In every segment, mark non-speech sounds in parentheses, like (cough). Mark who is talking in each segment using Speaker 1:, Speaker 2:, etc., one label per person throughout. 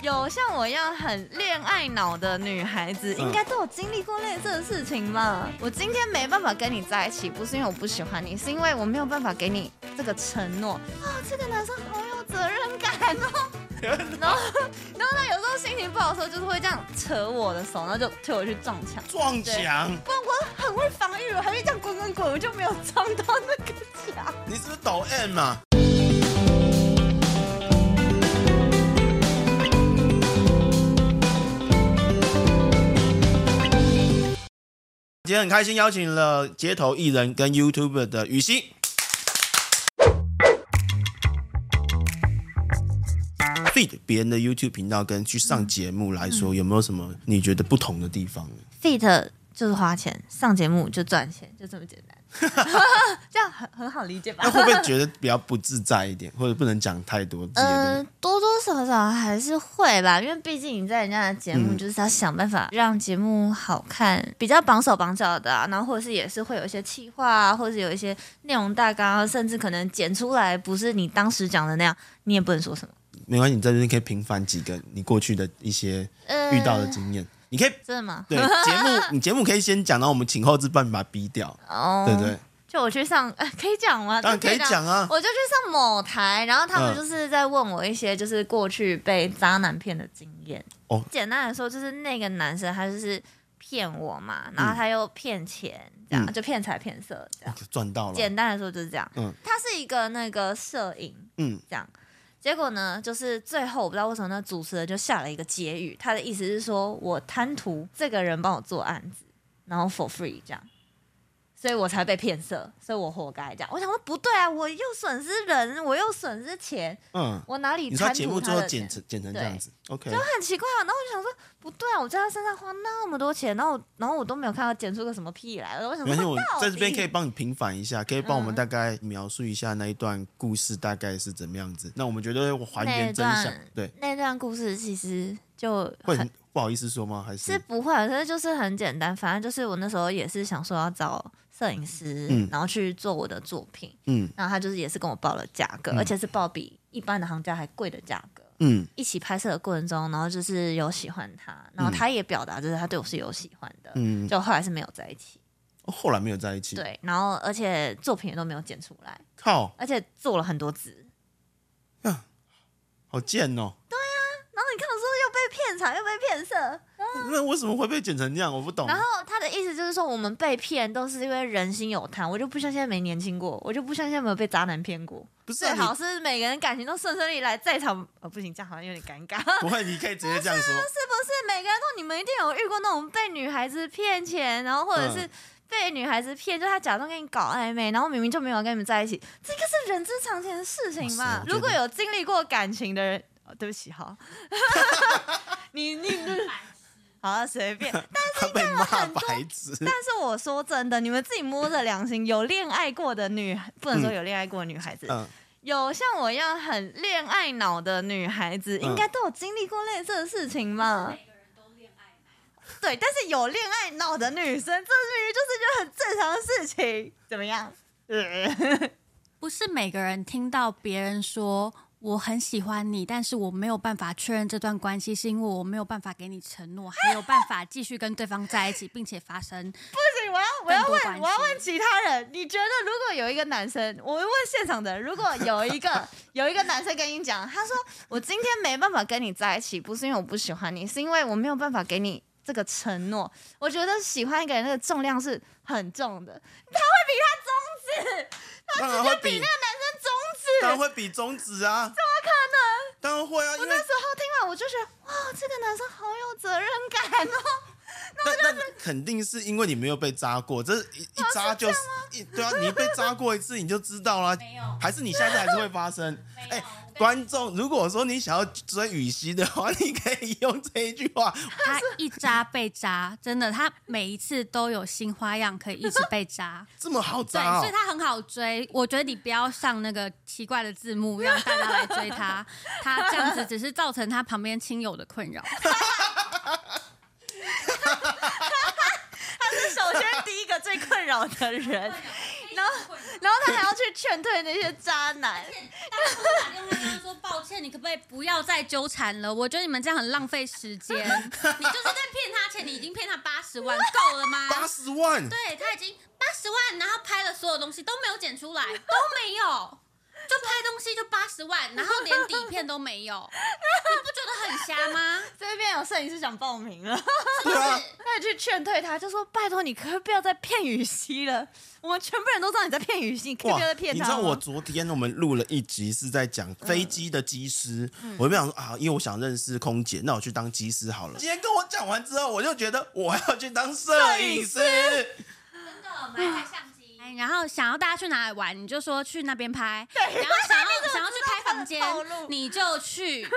Speaker 1: 有像我一样很恋爱脑的女孩子，应该都有经历过类似的事情吧？我今天没办法跟你在一起，不是因为我不喜欢你，是因为我没有办法给你这个承诺。哦，这个男生好有责任感哦。 (laughs) 然后， (laughs) 然后他有时候心情不好的时候，就是会这样扯我的手，然后就推我去撞墙。
Speaker 2: 撞墙，
Speaker 1: 不然我很会防御，我还会这样滚滚滚，我就没有撞到那个墙。
Speaker 2: 你是不是抖 M 啊？今天很开心邀请了街头艺人跟 YouTuber 的雨欣。feed 别人的 YouTube 频道跟去上节目来说，有没有什么你觉得不同的地方？
Speaker 1: Fit 就是花钱，上节目就赚钱，就这么简单。 (laughs) 这样很很好理解吧
Speaker 2: 那？会不会觉得比较不自在一点，或者不能讲太多自己的东西
Speaker 1: 呃，多多少少还是会吧，因为毕竟你在人家的节目，
Speaker 2: 嗯
Speaker 1: 就是要想办法让节目好看，比较绑手绑脚的、啊，然后或者是也是会有一些企划啊，或者是有一些内容大纲啊，甚至可能剪出来不是你当时讲的那样，你也不能说什么。
Speaker 2: 没关系，你在这边可以平反几个你过去的一些
Speaker 1: 呃，
Speaker 2: 遇到的经验。你可以
Speaker 1: 真的吗？
Speaker 2: 对节目，
Speaker 1: (laughs)
Speaker 2: 你节目可以先讲，然后我们请后置帮你把它逼掉，
Speaker 1: 哦
Speaker 2: 对不对？
Speaker 1: 就我去上，呃、 (laughs) 可以讲吗？
Speaker 2: 当然可以
Speaker 1: 这
Speaker 2: 讲啊，
Speaker 1: 我就去上某台，然后他们
Speaker 2: 嗯
Speaker 1: 就是在问我一些就是过去被渣男骗的经验。
Speaker 2: 哦
Speaker 1: 简单来说就是那个男生他就是骗我嘛，然后他又骗钱，这样、
Speaker 2: 嗯
Speaker 1: 就骗财骗色这样。
Speaker 2: 赚到了。
Speaker 1: 简单来说就是这样。
Speaker 2: 嗯
Speaker 1: 他是一个那个摄影
Speaker 2: 嗯，
Speaker 1: 这样。结果呢，就是最后我不知道为什么那主持人就下了一个结语，他的意思是说我贪图这个人帮我做案子，然后 for free 这样，所以我才被骗色，所以我活该这样。我想说不对啊，我又损失人，我又损失钱，
Speaker 2: 嗯，
Speaker 1: 我哪里
Speaker 2: 你说
Speaker 1: 贪
Speaker 2: 节
Speaker 1: 图
Speaker 2: 目最
Speaker 1: 他
Speaker 2: 后
Speaker 1: 的钱
Speaker 2: 剪？成剪成这样子，OK？
Speaker 1: 很奇怪啊，然后我就想说，不对啊，我在他身上花那么多钱，然后我然后我都没有看到剪出个什么屁来，我想
Speaker 2: 没关系，
Speaker 1: 说，
Speaker 2: 我
Speaker 1: 到
Speaker 2: 在这边
Speaker 1: 底
Speaker 2: 可以帮你平反一下，可以帮我们大概描述一下那一段故事大概是怎么样子。那我们绝对会还
Speaker 1: 那
Speaker 2: 原真相
Speaker 1: 段，
Speaker 2: 对，
Speaker 1: 那段故事其实就
Speaker 2: 会
Speaker 1: 很
Speaker 2: 很不好意思说吗？还
Speaker 1: 是
Speaker 2: 是
Speaker 1: 不会，啊可是就是很简单，反正就是我那时候也是想说要找摄影师，
Speaker 2: 嗯
Speaker 1: 然后去做我的作品，
Speaker 2: 嗯
Speaker 1: 然后他就是也是跟我报了价格，而且是报比一般的行家还贵的价格。
Speaker 2: 嗯
Speaker 1: 一起拍摄的过程中，然后就是有喜欢他，然后他也表达就是他对我是有喜欢的，
Speaker 2: 嗯，哦
Speaker 1: 就后来是没有在一起。
Speaker 2: 后来没有在一起，
Speaker 1: 对，然后而且作品也都没有剪出来，
Speaker 2: 靠，
Speaker 1: 而且做了很多次。
Speaker 2: 好贱哦！
Speaker 1: 然后你看我说又被骗财又被骗色，
Speaker 2: 那为什么会被剪成这样？我不懂。
Speaker 1: 然后他的意思就是说，我们被骗都是因为人心有贪，我就不相信没年轻过，我就不相信没有被渣男骗过。
Speaker 2: 不是、
Speaker 1: 最
Speaker 2: 啊、
Speaker 1: 好
Speaker 2: 你 (laughs)
Speaker 1: 是每个人感情都顺顺利来，在场哦不行，这样好像有点尴尬。是
Speaker 2: 不会，你可以直接这样说。
Speaker 1: 不是每个人都你们一定有遇过那种被女孩子骗钱，然后或者是
Speaker 2: 嗯
Speaker 1: 被女孩子骗，就他假装跟你搞暧昧，然后明明就没有跟你们在一起，这个是人之常情的事情
Speaker 2: 哇塞
Speaker 1: 嘛
Speaker 2: 我。觉得
Speaker 1: 如果有经历过感情的人，哦、对不起哈， (laughs) 你你好啊随便，
Speaker 2: 他被骂白痴，
Speaker 1: 但是我说真的，你们自己摸着良心，有恋爱过的女，不能说
Speaker 2: 嗯
Speaker 1: 有恋爱过的女孩子，
Speaker 2: 嗯，
Speaker 1: 有像我一样很恋爱脑的女孩子，
Speaker 2: 嗯
Speaker 1: 应该都有经历过类似的事情嘛。对，但是有恋爱脑的女生，这明明就是一件很正常的事情，怎么
Speaker 2: (laughs)
Speaker 1: 样？
Speaker 3: 不是每个人听到别人说我很喜欢你，但是我没有办法确认这段关系，是因为我没有办法给你承诺，还有办法继续跟对方在一起，并且发
Speaker 1: (laughs)
Speaker 3: 生
Speaker 1: 不行，我要我要
Speaker 3: 更
Speaker 1: 问
Speaker 3: 多关系
Speaker 1: 我要问其他人，你觉得如果有一个男生，我问现场的人，如果有一个有一个男生跟你讲，他说我今天没办法跟你在一起，不是因为我不喜欢你，是因为我没有办法给你这个承诺。我觉得喜欢一个人的重量是很重的，他会比他中指，
Speaker 2: 当然会比，
Speaker 1: 那个男生
Speaker 2: 当然
Speaker 1: 中指。
Speaker 2: 会比中指啊，怎么可能？当然会啊，因
Speaker 1: 我
Speaker 2: 为
Speaker 1: 那时候听完，我就觉得哇，这个男生好有责任感哦。
Speaker 2: 那那肯定是因为你没有被扎过，这一一扎就是一对啊，你被扎过一次你就知道啦。没有，还是你下次还是会发生。哎，观众，如果说你想要追羽西的话，你可以用这一句话，
Speaker 3: 他一扎被扎，真的，他每一次都有新花样可以一直被扎。
Speaker 2: 这么好
Speaker 3: 对，
Speaker 2: 扎
Speaker 3: 所以
Speaker 2: 哦。
Speaker 3: 他很好追。我觉得你不要上那个奇怪的字幕，让大家来追他。他这样子只是造成他旁边亲友的困扰。
Speaker 1: 他是首先第一个最困扰的人， (laughs) 然后然后他还要去劝退那些渣男，
Speaker 3: 当初打电话跟他说抱歉，你可不可以不要再纠缠了？我觉得你们这样很浪费时间。你就是在骗他钱，你已经骗他八十万，够
Speaker 2: (laughs)
Speaker 3: 了吗？
Speaker 2: 八十万，
Speaker 3: 对他已经八十万，然后拍了所有东西都没有剪出来，都没有，就拍东西就八十万，然后连底片都没有，你不觉得很瞎吗？
Speaker 1: 这边有摄影师想报名 (laughs) 了，
Speaker 2: 对啊，
Speaker 1: 他也去劝退他，就说拜托你可不可以不要再骗雨熙了，我们全部人都知道你在骗雨熙，你可以不要再骗
Speaker 2: 你
Speaker 1: 他
Speaker 2: 知道
Speaker 1: 吗
Speaker 2: 我昨天我们录了一集是在讲飞机的机师，我就想说啊，因为我想认识空姐，那我去当机师好了。今天跟我讲完之后，我就觉得我要去当摄影师。
Speaker 3: 真的买台相机，哎然后想要大家去哪里玩，你就说去那边拍，然后想要想要去开房间
Speaker 1: 他的套路，
Speaker 3: 你就去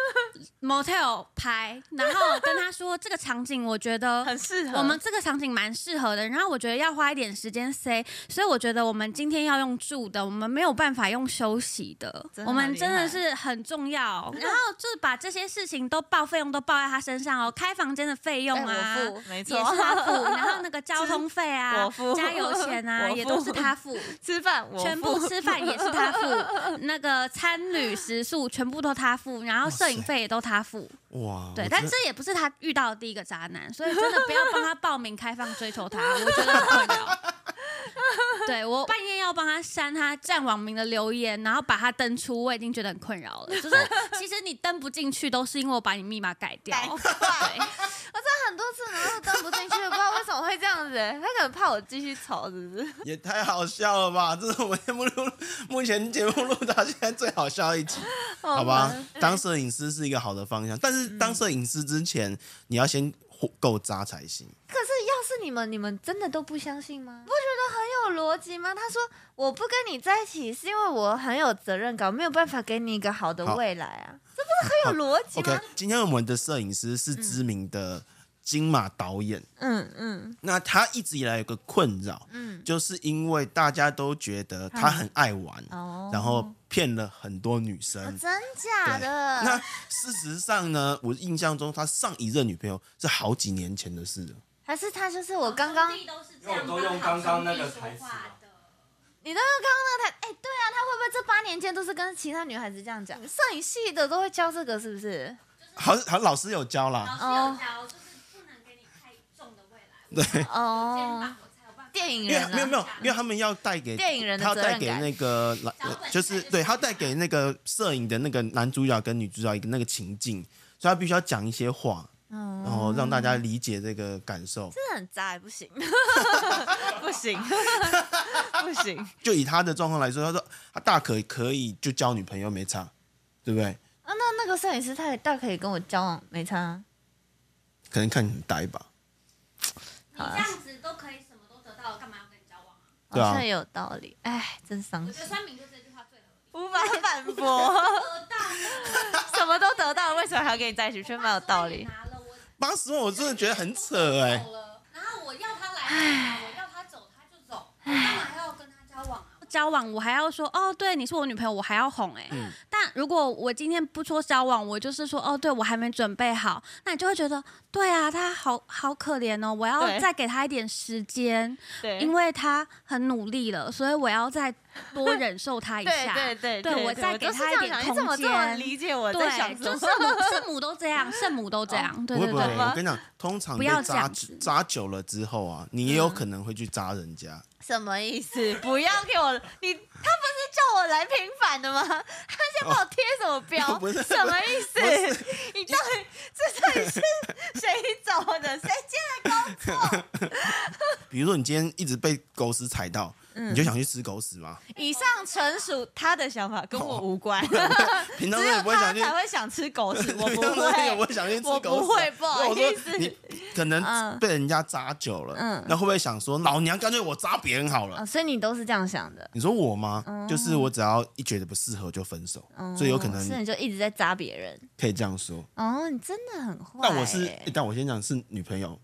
Speaker 3: motel 拍，然后跟他说这个场景我觉得
Speaker 1: 很适合
Speaker 3: 我们这个场景蛮适合的，然后我觉得要花一点时间 say，所以我觉得我们今天要用住的，我们没有办法用休息的，
Speaker 1: 真的
Speaker 3: 我们真
Speaker 1: 很
Speaker 3: 的
Speaker 1: 厉害
Speaker 3: 是很重要。然后就是把这些事情都报费用都报在他身上哦，开房间的费用啊，
Speaker 1: 哎我付没错
Speaker 3: 也是他
Speaker 1: (laughs)
Speaker 3: 付，然后那个交通费啊，
Speaker 1: 我付
Speaker 3: 加油钱啊，
Speaker 1: (laughs) 我付
Speaker 3: 也都是他付。
Speaker 1: 吃饭我
Speaker 3: 全部
Speaker 1: (laughs)
Speaker 3: 吃饭也是他付，那个餐旅食宿全部都他付，然后摄影费也都他付。
Speaker 2: 哇，哦
Speaker 3: 对
Speaker 2: 我，
Speaker 3: 但
Speaker 2: 真的
Speaker 3: 这也不是他遇到的第一个渣男，所以真的不要帮他报名开放追求他，我觉得很困扰。对我半夜要帮他删他占网民的留言，然后把他登出，我已经觉得很困扰了。就是 (laughs) 其实你登不进去，都是因为我把你密码改掉。
Speaker 1: 改我真的很多次，然后都登不进去，不知道为什么会这样子、欸。他可能怕我继续吵，是不是？
Speaker 2: 也太好笑了吧！这是我们节目录 (laughs) 目前节目录到现在最好笑的一集，好吧？当摄影师是一个好的方向，但是当摄影师之前，你要先够渣才行。
Speaker 1: 可是要是你们，你们真的都不相信吗？不觉得很有逻辑吗？他说我不跟你在一起是因为我很有责任感，没有办法给你一个好的
Speaker 2: 好
Speaker 1: 未来啊，这不是很有逻辑
Speaker 2: OK，
Speaker 1: 吗？
Speaker 2: 今天我们的摄影师是知名的金马导演，
Speaker 1: 嗯嗯
Speaker 2: 那他一直以来有个困扰，
Speaker 1: 嗯，
Speaker 2: 就是因为大家都觉得他很爱玩，
Speaker 1: 哦
Speaker 2: 然后骗了很多女生。
Speaker 1: 啊真假
Speaker 2: 对
Speaker 1: 的？
Speaker 2: 那事实上呢，我印象中他上一任女朋友是好几年前的事了。
Speaker 1: 还是他就是我刚刚，你
Speaker 3: 都是
Speaker 4: 这样因为我都用刚刚那个台词啊
Speaker 1: 那个刚刚那台，哎、对啊，他会不会这八年间都是跟其他女孩子这样讲？摄影系的都会教这个，是不是？
Speaker 2: 好，好，老师有教啦。
Speaker 1: 哦
Speaker 3: 教，就是不能给你太重的未来
Speaker 2: 对，
Speaker 1: 哦，
Speaker 3: 我才有办法
Speaker 1: 电影
Speaker 2: 因为
Speaker 1: 人、啊、
Speaker 2: 没有没有，因为他们要带给
Speaker 1: 电影人的
Speaker 2: 他要
Speaker 1: 责任
Speaker 2: 带给
Speaker 1: 感
Speaker 2: 那个男，
Speaker 3: 小本
Speaker 2: 就是
Speaker 3: 子
Speaker 2: 对他带给那个摄影的那个男主角跟女主角一个那个情境，所以他必须要讲一些话，然后让大家理解这个感受。
Speaker 1: 真的很渣，不 (laughs) 行，不行， (laughs) 不行。
Speaker 2: 就以他的状况来说，他说他大可可以就交女朋友没差，对不对？
Speaker 1: 啊，那那个摄影师他也大可以跟我交往，没差啊。
Speaker 2: 可能看你很呆吧。
Speaker 3: 你这样子都可以什么都得到，干嘛要跟你交往啊？
Speaker 1: 好
Speaker 2: 对啊
Speaker 1: 像有道理，哎，真伤
Speaker 3: 我觉得
Speaker 1: 心，
Speaker 3: 酸民就这句话最合理。
Speaker 1: 无法反驳，
Speaker 3: 得到了，
Speaker 1: (laughs) 什么都得到，为什么还要跟你在一起？却蛮有道理。
Speaker 3: 拿了我
Speaker 2: 八十万我真的觉得很扯嗯哎、
Speaker 3: 走了，然后我要他来，我要他走他就走，我干嘛要跟他交往啊？交往我还要说哦，对，你是我女朋友，我还要哄哎、
Speaker 1: 嗯
Speaker 2: 嗯
Speaker 3: 但如果我今天不说交往，我就是说哦，对我还没准备好，那你就会觉得对啊，他好好可怜哦，我要
Speaker 1: 对
Speaker 3: 再给他一点时间，
Speaker 1: 对
Speaker 3: 因为他很努力了，所以我要再多忍受他一
Speaker 1: 对
Speaker 3: 下。
Speaker 1: 对对
Speaker 3: 对我再给他一点
Speaker 1: 我就是这样想你怎么这么
Speaker 3: 空间
Speaker 1: 理解我在想
Speaker 3: 对，
Speaker 1: 什
Speaker 3: 就
Speaker 1: 么
Speaker 3: 圣？母 (laughs) 圣母都这样，圣母都这样，对
Speaker 2: 哦不会
Speaker 3: 对
Speaker 2: 不会，
Speaker 3: 对。
Speaker 2: 我跟你讲，通常
Speaker 3: 不
Speaker 2: 被
Speaker 3: 要这
Speaker 2: 扎
Speaker 3: 样子
Speaker 2: 扎久了之后啊，你也有可能会去扎人家。
Speaker 1: 什么意思？不要给我你，他不是叫我来平反的吗？ (laughs) 他先帮我贴什么标？
Speaker 2: 哦不是
Speaker 1: 什么意思？你到底这到底是谁走的？谁接的工作？
Speaker 2: 比如说你今天一直被狗屎踩到，
Speaker 1: 嗯
Speaker 2: 你就想去吃狗屎
Speaker 1: (laughs)
Speaker 2: 吗？
Speaker 1: 以上纯属他的想法，跟我
Speaker 2: 哦
Speaker 1: 无关。 (laughs)
Speaker 2: 平常
Speaker 1: 只
Speaker 2: 人也
Speaker 1: 有
Speaker 2: 不会
Speaker 1: 他
Speaker 2: 想去， (laughs)
Speaker 1: 才会想吃狗屎，我不
Speaker 2: 平常人也不
Speaker 1: 会。
Speaker 2: 会想去吃
Speaker 1: 我
Speaker 2: 狗屎啊。
Speaker 1: 不会不好
Speaker 2: 如果
Speaker 1: 意思
Speaker 2: 说你可能
Speaker 1: 嗯
Speaker 2: 被人家扎久了，
Speaker 1: 嗯
Speaker 2: 那会不会想说，老娘干脆我扎别人好了？
Speaker 1: 啊，所以你都是这样想的，
Speaker 2: 你说我吗？
Speaker 1: 嗯
Speaker 2: 就是我只要一觉得不适合就分手，所以有可
Speaker 1: 哦是
Speaker 2: 能
Speaker 1: 你就一直在扎别人。
Speaker 2: 可以这样说。
Speaker 1: 哦，你真的很坏欸。
Speaker 2: 但我是，诶但我先讲是女朋友，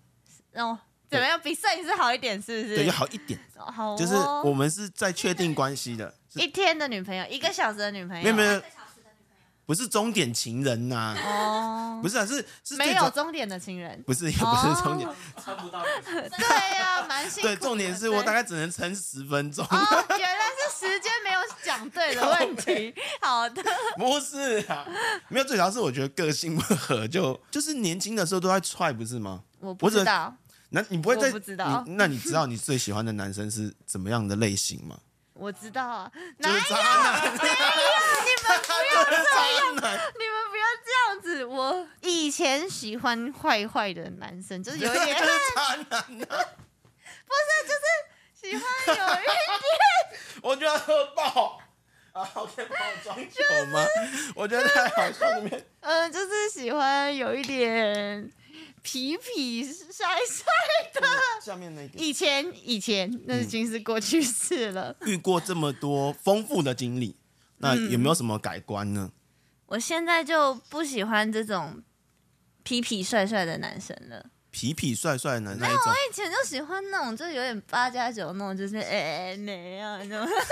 Speaker 1: 哦，怎么样？比摄影师好一点是不是？
Speaker 2: 对，就好一点，
Speaker 1: 哦好哦，
Speaker 2: 就是我们是在确定关系的，是
Speaker 1: (laughs) 一天的女朋友，一个小时的女朋友，
Speaker 2: 没有没有
Speaker 3: 小时的女朋友，
Speaker 2: 不是终点情人呐、
Speaker 1: 哦，
Speaker 2: 不是啊，是是最
Speaker 1: 没有
Speaker 2: 早
Speaker 1: 终点的情人，
Speaker 2: 不是也不
Speaker 1: 哦
Speaker 2: 是终点，
Speaker 4: 撑不到。
Speaker 1: 对
Speaker 2: (laughs)
Speaker 1: 呀、蛮辛苦的。
Speaker 2: 对，重点是我大
Speaker 1: 概
Speaker 2: 概只能撑十分钟，
Speaker 1: 哦，原来是时间没有讲对的问题。好的，
Speaker 2: 不是啊，没有，最主要是我觉得个性不合，就就是年轻的时候都在踹，不是吗？
Speaker 1: 我
Speaker 2: 我
Speaker 1: 不
Speaker 2: 只
Speaker 1: 知道，
Speaker 2: 那你不会在
Speaker 1: 我不知道
Speaker 2: 你那你知道你最喜欢的男生是怎么样的类型吗？
Speaker 1: 我知道啊，哪
Speaker 2: 就
Speaker 1: 有
Speaker 2: 是
Speaker 1: 你
Speaker 2: 渣男，就是渣男。
Speaker 1: 们不要这样子。我以前喜欢坏坏的男生，就是有一
Speaker 2: (laughs)
Speaker 1: 点
Speaker 2: 就是渣男啊！
Speaker 1: 喜欢有一
Speaker 2: 我觉得喝爆啊！OK，帮我装酒吗？我觉得太好笑了，里面
Speaker 1: 嗯，就是喜欢有一点痞痞晒晒。
Speaker 2: 嗯下面那个
Speaker 1: 以前以前那已经是过去式了。
Speaker 2: 遇过这么多丰富的经历，那有没有什么改观呢？
Speaker 1: 我现在就不喜欢这种痞痞帅帅的男生了。
Speaker 2: 痞痞帅帅的那一种，
Speaker 1: 以前就喜欢那种，就有点八加九那种，就是哎、没啊那种，就然后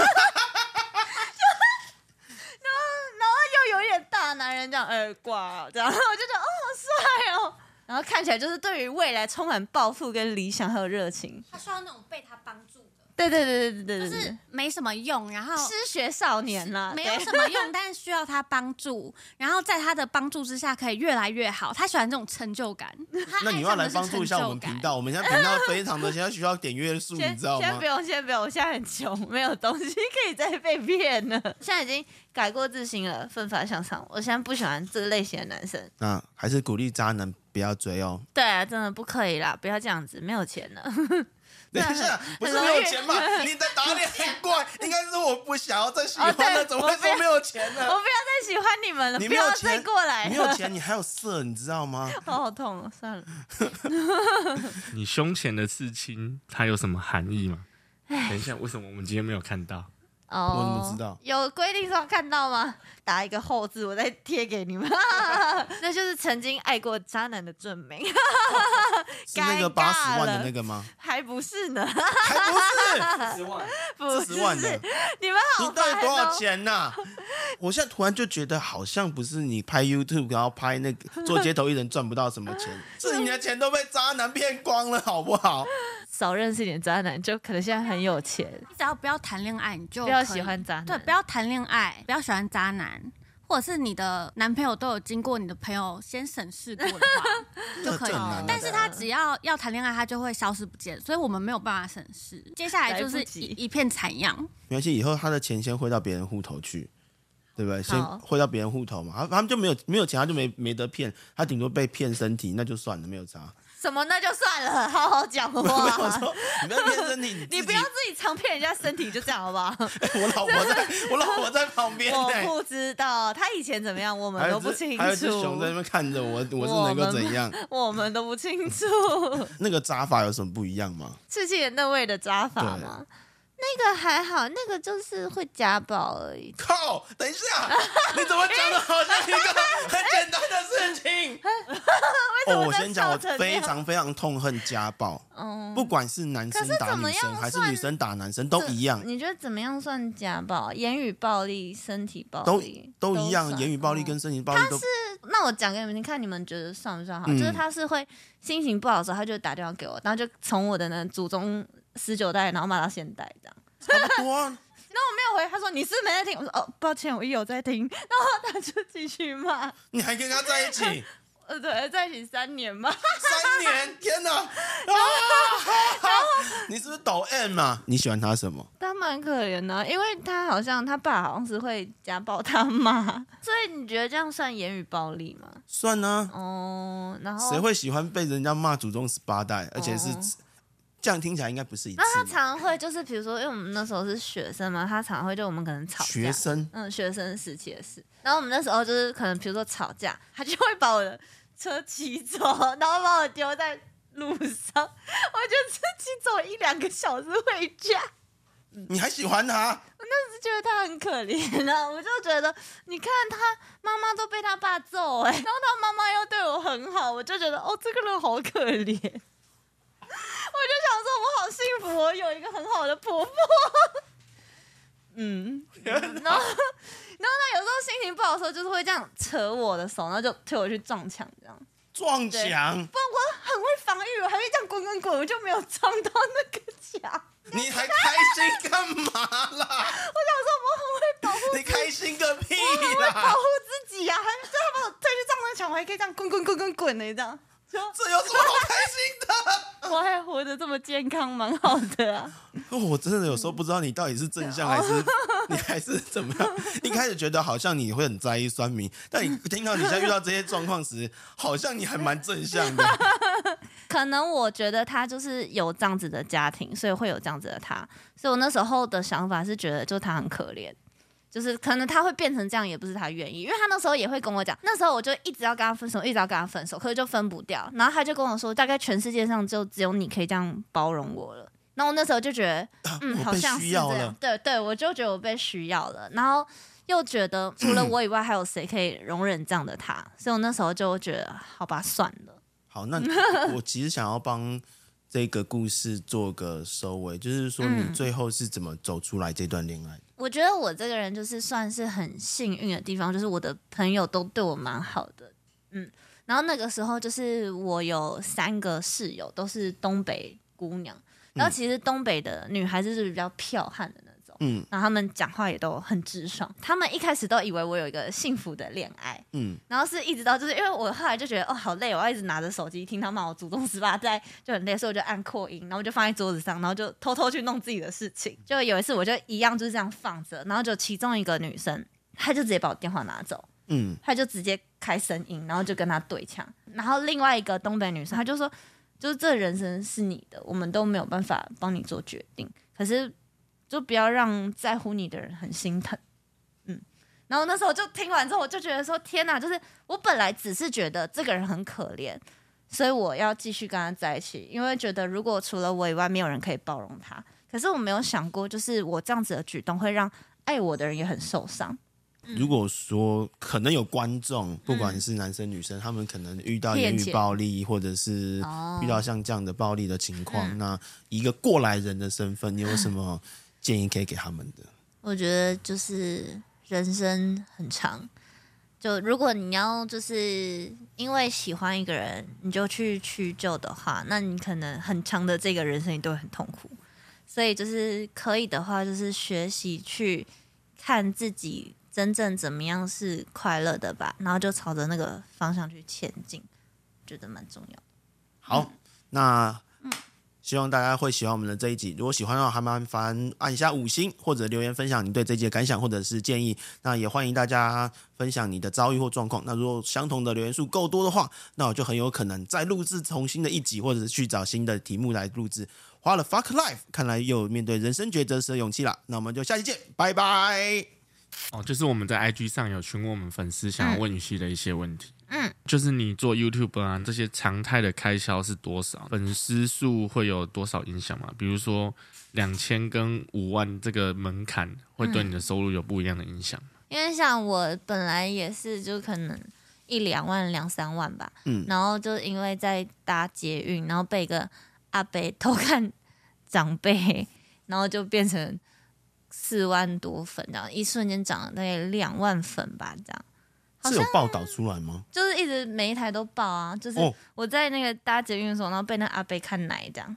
Speaker 1: 然后又有点大男人这样耳挂这样，我就觉得哦好帅哦，然后看起来就是对于未来充满抱负跟理想还有热情，
Speaker 3: 他需要那种被他帮助的，
Speaker 1: 对对对对对
Speaker 3: 就
Speaker 1: 对对，
Speaker 3: 是没什么用，然后
Speaker 1: 失学少年啦，
Speaker 3: 没有
Speaker 1: 啊对
Speaker 3: 什么用，但是需要他帮助，然后在他的帮助之下可以越来越好。他喜欢这种成就感。他
Speaker 2: 那你要来帮助一下我们
Speaker 3: 哎爱上的是成就感
Speaker 2: 频。道，我们现在频道非常的现在需要点阅数，你
Speaker 1: 先
Speaker 2: 知道
Speaker 1: 先
Speaker 2: 吗
Speaker 1: 不？用，先不用，我现在很穷，没有东西可以再被骗了。现在已经改过自新了，奋发向上。我现在不喜欢这类型的男生。
Speaker 2: 那还是鼓励渣男不要追哦。
Speaker 1: 对啊，真的不可以啦，不要这样子，没有钱了。 (laughs)
Speaker 2: 等一下， (laughs) 不是没有钱吗？你的打脸很
Speaker 1: (laughs)
Speaker 2: 怪，应该是我不想要再喜欢
Speaker 1: 哦
Speaker 2: 了，
Speaker 1: 对哦
Speaker 2: 怎么会说没有钱
Speaker 1: 我
Speaker 2: 呢
Speaker 1: 不？要再喜欢你们了，
Speaker 2: 你
Speaker 1: 不
Speaker 2: 没有
Speaker 1: 要
Speaker 2: 钱
Speaker 1: 再过来 (laughs)
Speaker 2: 你没
Speaker 1: 了。
Speaker 2: 有钱，你还有色，你知道吗？
Speaker 1: 头好痛哦，算了。
Speaker 5: 你胸前的刺青，它有什么含义吗？等一下，为什么我们今天没有看到？
Speaker 1: 哦
Speaker 2: 我怎么知道
Speaker 1: 有规定说要看到吗？打一个后字，我再贴给 (laughs) 你们。那就是曾经爱过渣男的证明，
Speaker 2: 是那
Speaker 1: 尴尬
Speaker 2: 个八十万的
Speaker 1: 了
Speaker 2: 那个吗？
Speaker 1: 还不是呢？
Speaker 2: 还
Speaker 1: (laughs)
Speaker 2: 不
Speaker 4: 十万，
Speaker 1: 不
Speaker 2: 是，是十万的
Speaker 1: 是，，你们
Speaker 2: 你
Speaker 1: 好
Speaker 2: 到底
Speaker 1: 烦
Speaker 2: 多少
Speaker 1: 哦。
Speaker 2: 钱呐、 (laughs) 我现在突然就觉得，好像不是你拍 YouTube，然后拍那个做街头艺人赚不到什么
Speaker 1: (laughs)
Speaker 2: 钱，是你的钱都被渣男骗光了，好不好？
Speaker 1: 少认识一点渣男，就可能现在很有钱。
Speaker 3: 你只要不要谈恋爱，你就
Speaker 1: 哦不要
Speaker 3: 可以
Speaker 1: 喜欢渣男
Speaker 3: 对，不要谈恋爱，不要喜欢渣男，或者是你的男朋友都有经过你的朋友先审视过的话，
Speaker 2: 这
Speaker 3: 可以
Speaker 2: 正男、啊
Speaker 1: 好。
Speaker 3: 但是他只要要谈恋爱，他就会消失不见，所以我们没有办法审视。接下来就是
Speaker 1: 来不及
Speaker 3: 一一片惨样。
Speaker 2: 没关系，以后他的钱先汇到别人户头去，对不对？先
Speaker 1: 好
Speaker 2: 汇到别人户头嘛，他他们就没有没有钱，他就没没得骗，他顶多被骗身体，那就算了，没有 (laughs) 差。
Speaker 1: 什么那就算了， (laughs) 好好讲话。
Speaker 2: 没有说你不要骗身体，你
Speaker 1: 你
Speaker 2: 自
Speaker 1: 不
Speaker 2: 己
Speaker 1: 要自己常骗人家身体，就这样好不好？
Speaker 2: (laughs) 我老婆在，我老婆在旁边呢、
Speaker 1: (laughs) 我不知道他以前怎么样，我们
Speaker 2: 还有
Speaker 1: 都
Speaker 2: 一
Speaker 1: 不
Speaker 2: 只
Speaker 1: 清
Speaker 2: 还有一只熊在那
Speaker 1: 楚，
Speaker 2: 边看着我，我是能够怎样？
Speaker 1: 我们都不清
Speaker 2: (laughs)
Speaker 1: 楚。
Speaker 2: 那个扎法有什么不一样
Speaker 1: (laughs)
Speaker 2: 吗？
Speaker 1: 刺激人那位的扎法吗？那个还好，那个就是会家暴而已。
Speaker 2: 靠！等一下，你怎么讲的好像一个很简单的事情？哦，我先讲，我非常非常痛恨家暴，
Speaker 1: 嗯，
Speaker 2: 不管是男生
Speaker 1: 可是
Speaker 2: 打
Speaker 1: 怎么
Speaker 2: 女
Speaker 1: 样
Speaker 2: 生还是
Speaker 1: 算
Speaker 2: 女生打男生都一样，
Speaker 1: 你觉得怎么样算家暴？言语暴力、身体暴
Speaker 2: 都
Speaker 1: 力
Speaker 2: 都一样，
Speaker 1: 算
Speaker 2: 言语暴
Speaker 1: 嗯
Speaker 2: 力跟身体暴力都
Speaker 1: 那我讲给你们听，看你们觉得算不算好？
Speaker 2: 嗯
Speaker 1: 就是他是会心情不好的时候，他就打电话给我，然后就从我的那祖宗十九代，然后骂到现代这样。
Speaker 2: 差不多啊。
Speaker 1: 没有回，他说你是不是没在听，我说哦，抱歉，我有在听。 (laughs) 然后他就继续骂， (laughs)
Speaker 2: 你还跟他在一起三
Speaker 1: 呃，对，在一起三年嘛， (laughs)
Speaker 2: 年，天哪！啊！你是不是抖 M 啊？你喜欢他什么？
Speaker 1: 他蛮可怜的，啊因为他好像他爸好像是会家暴他妈， (laughs) 所以你觉得这样算言语暴力吗？
Speaker 2: 算啊，
Speaker 1: 哦，然后
Speaker 2: 谁会喜欢被人家骂祖宗十八代？而且是
Speaker 1: 哦
Speaker 2: 这样听起来应该不是一次
Speaker 1: 那他
Speaker 2: 嘛。
Speaker 1: 常会就是，比如说，因为我们那时候是学生嘛，他常会就我们可能吵架，
Speaker 2: 学生
Speaker 1: 嗯，学生时期的事。然后我们那时候就是可能比如说吵架，他就会把我的车骑走，然后把我丢在路上，我就 (laughs) 自己走一两个小时回家，嗯
Speaker 2: 你还喜欢他？
Speaker 1: 就觉得他很可怜啊。 (laughs) 我就觉得，你看他妈妈都被他爸揍哎、 (laughs) 然后他妈妈又对我很好，我就觉得哦，这个人好可怜。我就 (laughs) 想说，我好幸福，哦 (laughs) 我有一个很好的婆婆。嗯，然后他有时候心情不好的时候，就是会这样扯我的手，然后就推我去撞墙，这样。
Speaker 2: 撞墙，
Speaker 1: 不然我很会防御，我还会这样滚滚滚，我就没有撞到那个墙。 (laughs)
Speaker 2: 你还开心干嘛啦？
Speaker 1: 我想说，我很会保护，
Speaker 2: 你开心个屁
Speaker 1: 保
Speaker 2: 啦！
Speaker 1: 护自己啊，还就他把我推去撞那墙，我还可以这样滚滚滚滚滚的这样。
Speaker 2: 这有什么好开心的？
Speaker 1: 我还活得这么健康，蛮好的啊。
Speaker 2: 哦 (laughs) 我真的有
Speaker 1: 嗯
Speaker 2: 时候不知道你到底是正
Speaker 1: 哦
Speaker 2: 向还是 (laughs) 你还是怎么
Speaker 1: (laughs)
Speaker 2: 样。一开始觉得好像你会很在意酸民，但你听到你现在遇到这些状况
Speaker 1: (laughs)
Speaker 2: 时，好像你还蛮正向的。
Speaker 1: 可能我觉得他就是有这样子的家庭，所以会有这样子的他。所以我那时候的想法是觉得，就他很可怜，就是可能他会变成这样，也不是他愿意，因为他那时候也会跟我讲，那时候我就一直要跟他分手，一直要跟他分手，可是就分不掉。然后他就跟我说，大概全世界上就只有你可以这样包容我了。那我那时候就觉得，嗯，
Speaker 2: 啊我
Speaker 1: 好
Speaker 2: 被
Speaker 1: 像是
Speaker 2: 需
Speaker 1: 这
Speaker 2: 要
Speaker 1: 样
Speaker 2: 了，
Speaker 1: 对对，我就觉得我被需要了，然后又觉得除了我以外，还有谁可以容忍这样的他？所以我那时候就觉得，好吧，算了。
Speaker 2: 好，那我其实想要帮这个故事做个收尾，就是说
Speaker 1: 嗯
Speaker 2: 你最后是怎么走出来这段恋爱的？
Speaker 1: 我觉得我这个人就是算是很幸运的地方，就是我的朋友都对我蛮好的，嗯。然后那个时候就是我有三个室友都是东北姑娘，然后其实东北的女孩子是比较剽悍的那种，
Speaker 2: 嗯
Speaker 1: 然后她们讲话也都很直爽。她们一开始都以为我有一个幸福的恋爱，
Speaker 2: 嗯，
Speaker 1: 然后是一直到就是因为我后来就觉得哦好累，我要一直拿着手机听他骂我祖宗十八代就很累，所以我就按扩音，然后我就放在桌子上，然后就偷偷去弄自己的事情。就有一次我就一样就是这样放着，然后就其中一个女生她就直接把我电话拿走，
Speaker 2: 嗯，
Speaker 1: 她就直接开声音，然后就跟她对呛。然后另外一个东北女生她就说，就是这人生是你的，我们都没有办法帮你做决定，可是就不要让在乎你的人很心疼。嗯然后那时候我就听完之后，我就觉得说天哪，就是我本来只是觉得这个人很可怜，所以我要继续跟他在一起，因为觉得如果除了我以外，没有人可以包容他。可是我没有想过，就是我这样子的举动会让爱我的人也很受伤。
Speaker 2: 如果说可能有观众，不管是男生女生，他们可能遇到言
Speaker 1: 嗯骗
Speaker 2: 语
Speaker 1: 钱
Speaker 2: 暴力，或者是
Speaker 1: 哦
Speaker 2: 遇到像这样的暴力的情况，那一个过来人的身份，你有什么建议可以给他们的？
Speaker 1: 我觉得就是人生很长，就如果你要就是因为喜欢一个人你就去屈就的话，那你可能很长的这个人生你都会很痛苦。所以就是可以的话，就是学习去看自己真正怎么样是快乐的吧，然后就朝着那个方向去前进，觉得蛮重要的。
Speaker 2: 好，那希望大家会喜欢我们的这一集。如果喜欢的话，还麻烦按一下五星或者留言分享你对这集的感想或者是建议。那也欢迎大家分享你的遭遇或状况。那如果相同的留言数够多的话，那我就很有可能再录制重新的一集，或者是去找新的题目来录制。花了 fuck life，看来又有面对人生抉择时的勇气啦。那我们就下期见，拜拜。
Speaker 5: 哦，就是我们在 IG 上有询问我们粉丝想要
Speaker 1: 嗯
Speaker 5: 问雨熙的一些问题。
Speaker 1: 嗯，
Speaker 5: 就是你做 YouTube 啊，这些常态的开销是多少？粉丝数会有多少影响吗？比如说两千跟五万这个门槛，会
Speaker 1: 嗯
Speaker 5: 对你的收入有不一样的影响？
Speaker 1: 因为像我本来也是，就可能一两万、两三万吧，
Speaker 2: 嗯
Speaker 1: 然后就因为在搭捷运，然后被一个阿伯偷看长辈，然后就变成四万多粉，然后一瞬间涨了大概两万粉吧，这样。好
Speaker 2: 是
Speaker 1: 像
Speaker 2: 有报道出来吗？
Speaker 1: 就是一直每一台都爆啊，就是
Speaker 2: 哦
Speaker 1: 我在那个搭捷运的时候，然后被那阿伯看奶这样，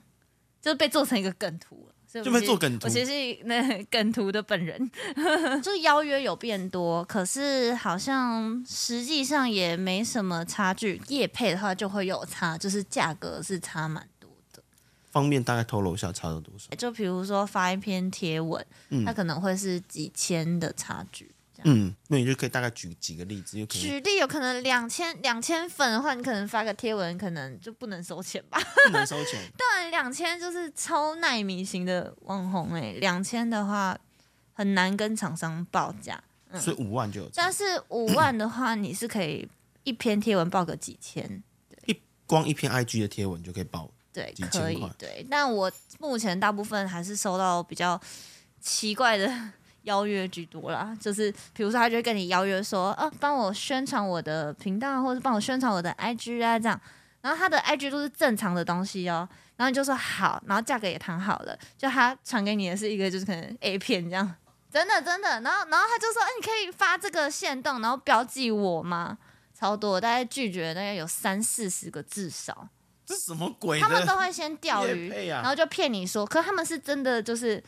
Speaker 1: 就被做成一个梗图了。所以我
Speaker 2: 就被
Speaker 1: 其实
Speaker 2: 做梗图
Speaker 1: 我其实是那梗图的本人， (laughs) 就邀约有变多，可是好像实际上也没什么差距。夜配的话就会有差，就是价格是差蛮多的。
Speaker 2: 方便大概透露一下差了多少？
Speaker 1: 就比如说发一篇贴文，它可能会是几千的差距。这样。
Speaker 2: 嗯，那你就可以大概举几个例子，有可能
Speaker 1: 举例，有可能两千两千粉的话，你可能发个贴文，可能就不能收钱吧。
Speaker 2: 不能收钱。
Speaker 1: 当然，两千就是超耐米型的网红哎、欸，两千的话很难跟厂商报价，
Speaker 2: 所以五万
Speaker 3: 嗯
Speaker 2: 就有差，
Speaker 1: 但是五万的话，你是可以一篇贴文报个几千，
Speaker 2: 一光一篇 IG 的贴文就可以报。
Speaker 1: 对
Speaker 2: 几，千
Speaker 1: 可
Speaker 2: 块
Speaker 1: 以对。但我目前大部分还是收到比较奇怪的 (laughs) 邀约居多啦，就是比如说他就会跟你邀约说，啊，帮我宣传我的频道，或者帮我宣传我的 IG 啊这样。然后他的 IG 都是正常的东西哦，然后你就说好，然后价格也谈好了，就他传给你的是一个就是可能 A 片这样，真的真的。然后然后他就说，哎、你可以发这个线动，然后标记我吗？超多，大概拒绝大概有三四十个至少。
Speaker 2: 这什么鬼的？
Speaker 1: 他们都会先钓鱼
Speaker 2: 业配，啊
Speaker 1: 然后就骗你说，可他们是真的就是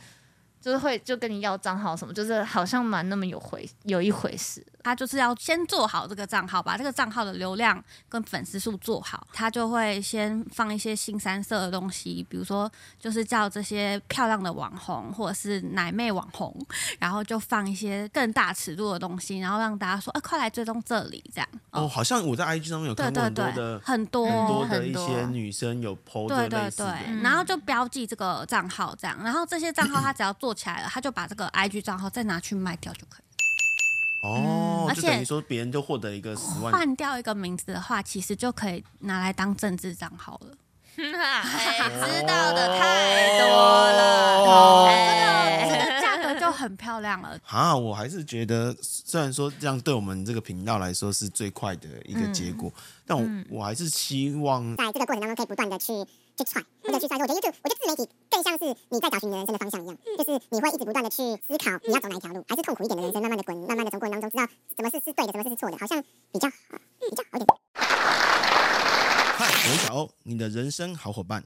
Speaker 1: 就是会就跟你要账号什么，就是好像蛮那么有回有一回事。
Speaker 3: 他就是要先做好这个账号，把这个账号的流量跟粉丝数做好，他就会先放一些新三色的东西，比如说就是叫这些漂亮的网红或者是奶妹网红，然后就放一些更大尺度的东西，然后让大家说，哎、快来追踪这里这样。
Speaker 2: 哦，好像我在 IG 上面有
Speaker 3: 对
Speaker 2: 看过
Speaker 3: 对
Speaker 2: 很多
Speaker 3: 对，
Speaker 2: 的
Speaker 3: 很多
Speaker 2: 很多的
Speaker 3: 很
Speaker 2: 一些女生有 PO
Speaker 3: 对
Speaker 2: 这
Speaker 3: 对
Speaker 2: 类似
Speaker 3: 对嗯
Speaker 2: 的，，
Speaker 3: 然后就标记这个账号这样，然后这些账号他只要做起来了，他就把这个 IG 账号再拿去卖掉就可以。
Speaker 2: 哦，
Speaker 3: 嗯而
Speaker 2: 就
Speaker 3: 且
Speaker 2: 等于说别人就获得一个十万，
Speaker 3: 换掉一个名字的话，其实就可以拿来当政治账号了。
Speaker 1: (laughs)
Speaker 2: (laughs)
Speaker 1: 哎知道的太多了，
Speaker 2: 哦。
Speaker 1: 哎
Speaker 3: 这个价格就很漂亮了
Speaker 2: 啊，我还是觉得，虽然说这样对我们这个频道来说是最快的一个
Speaker 3: 嗯
Speaker 2: 结果，但我、我还是希望
Speaker 6: 在这个过程当中可以不断的去去踹，或者去踹。我觉得 YouTube，我觉得自媒体更像是你在找寻你的人生的方向一样，就是你会一直不断的去思考你要走哪一条路，还是痛苦一点的人生，慢慢的滚，慢慢的从过程当中知道什么事是对的，什么事是错的，好像比较好，比较好一点。
Speaker 2: 嗨，我是小欧，你的人生好伙伴。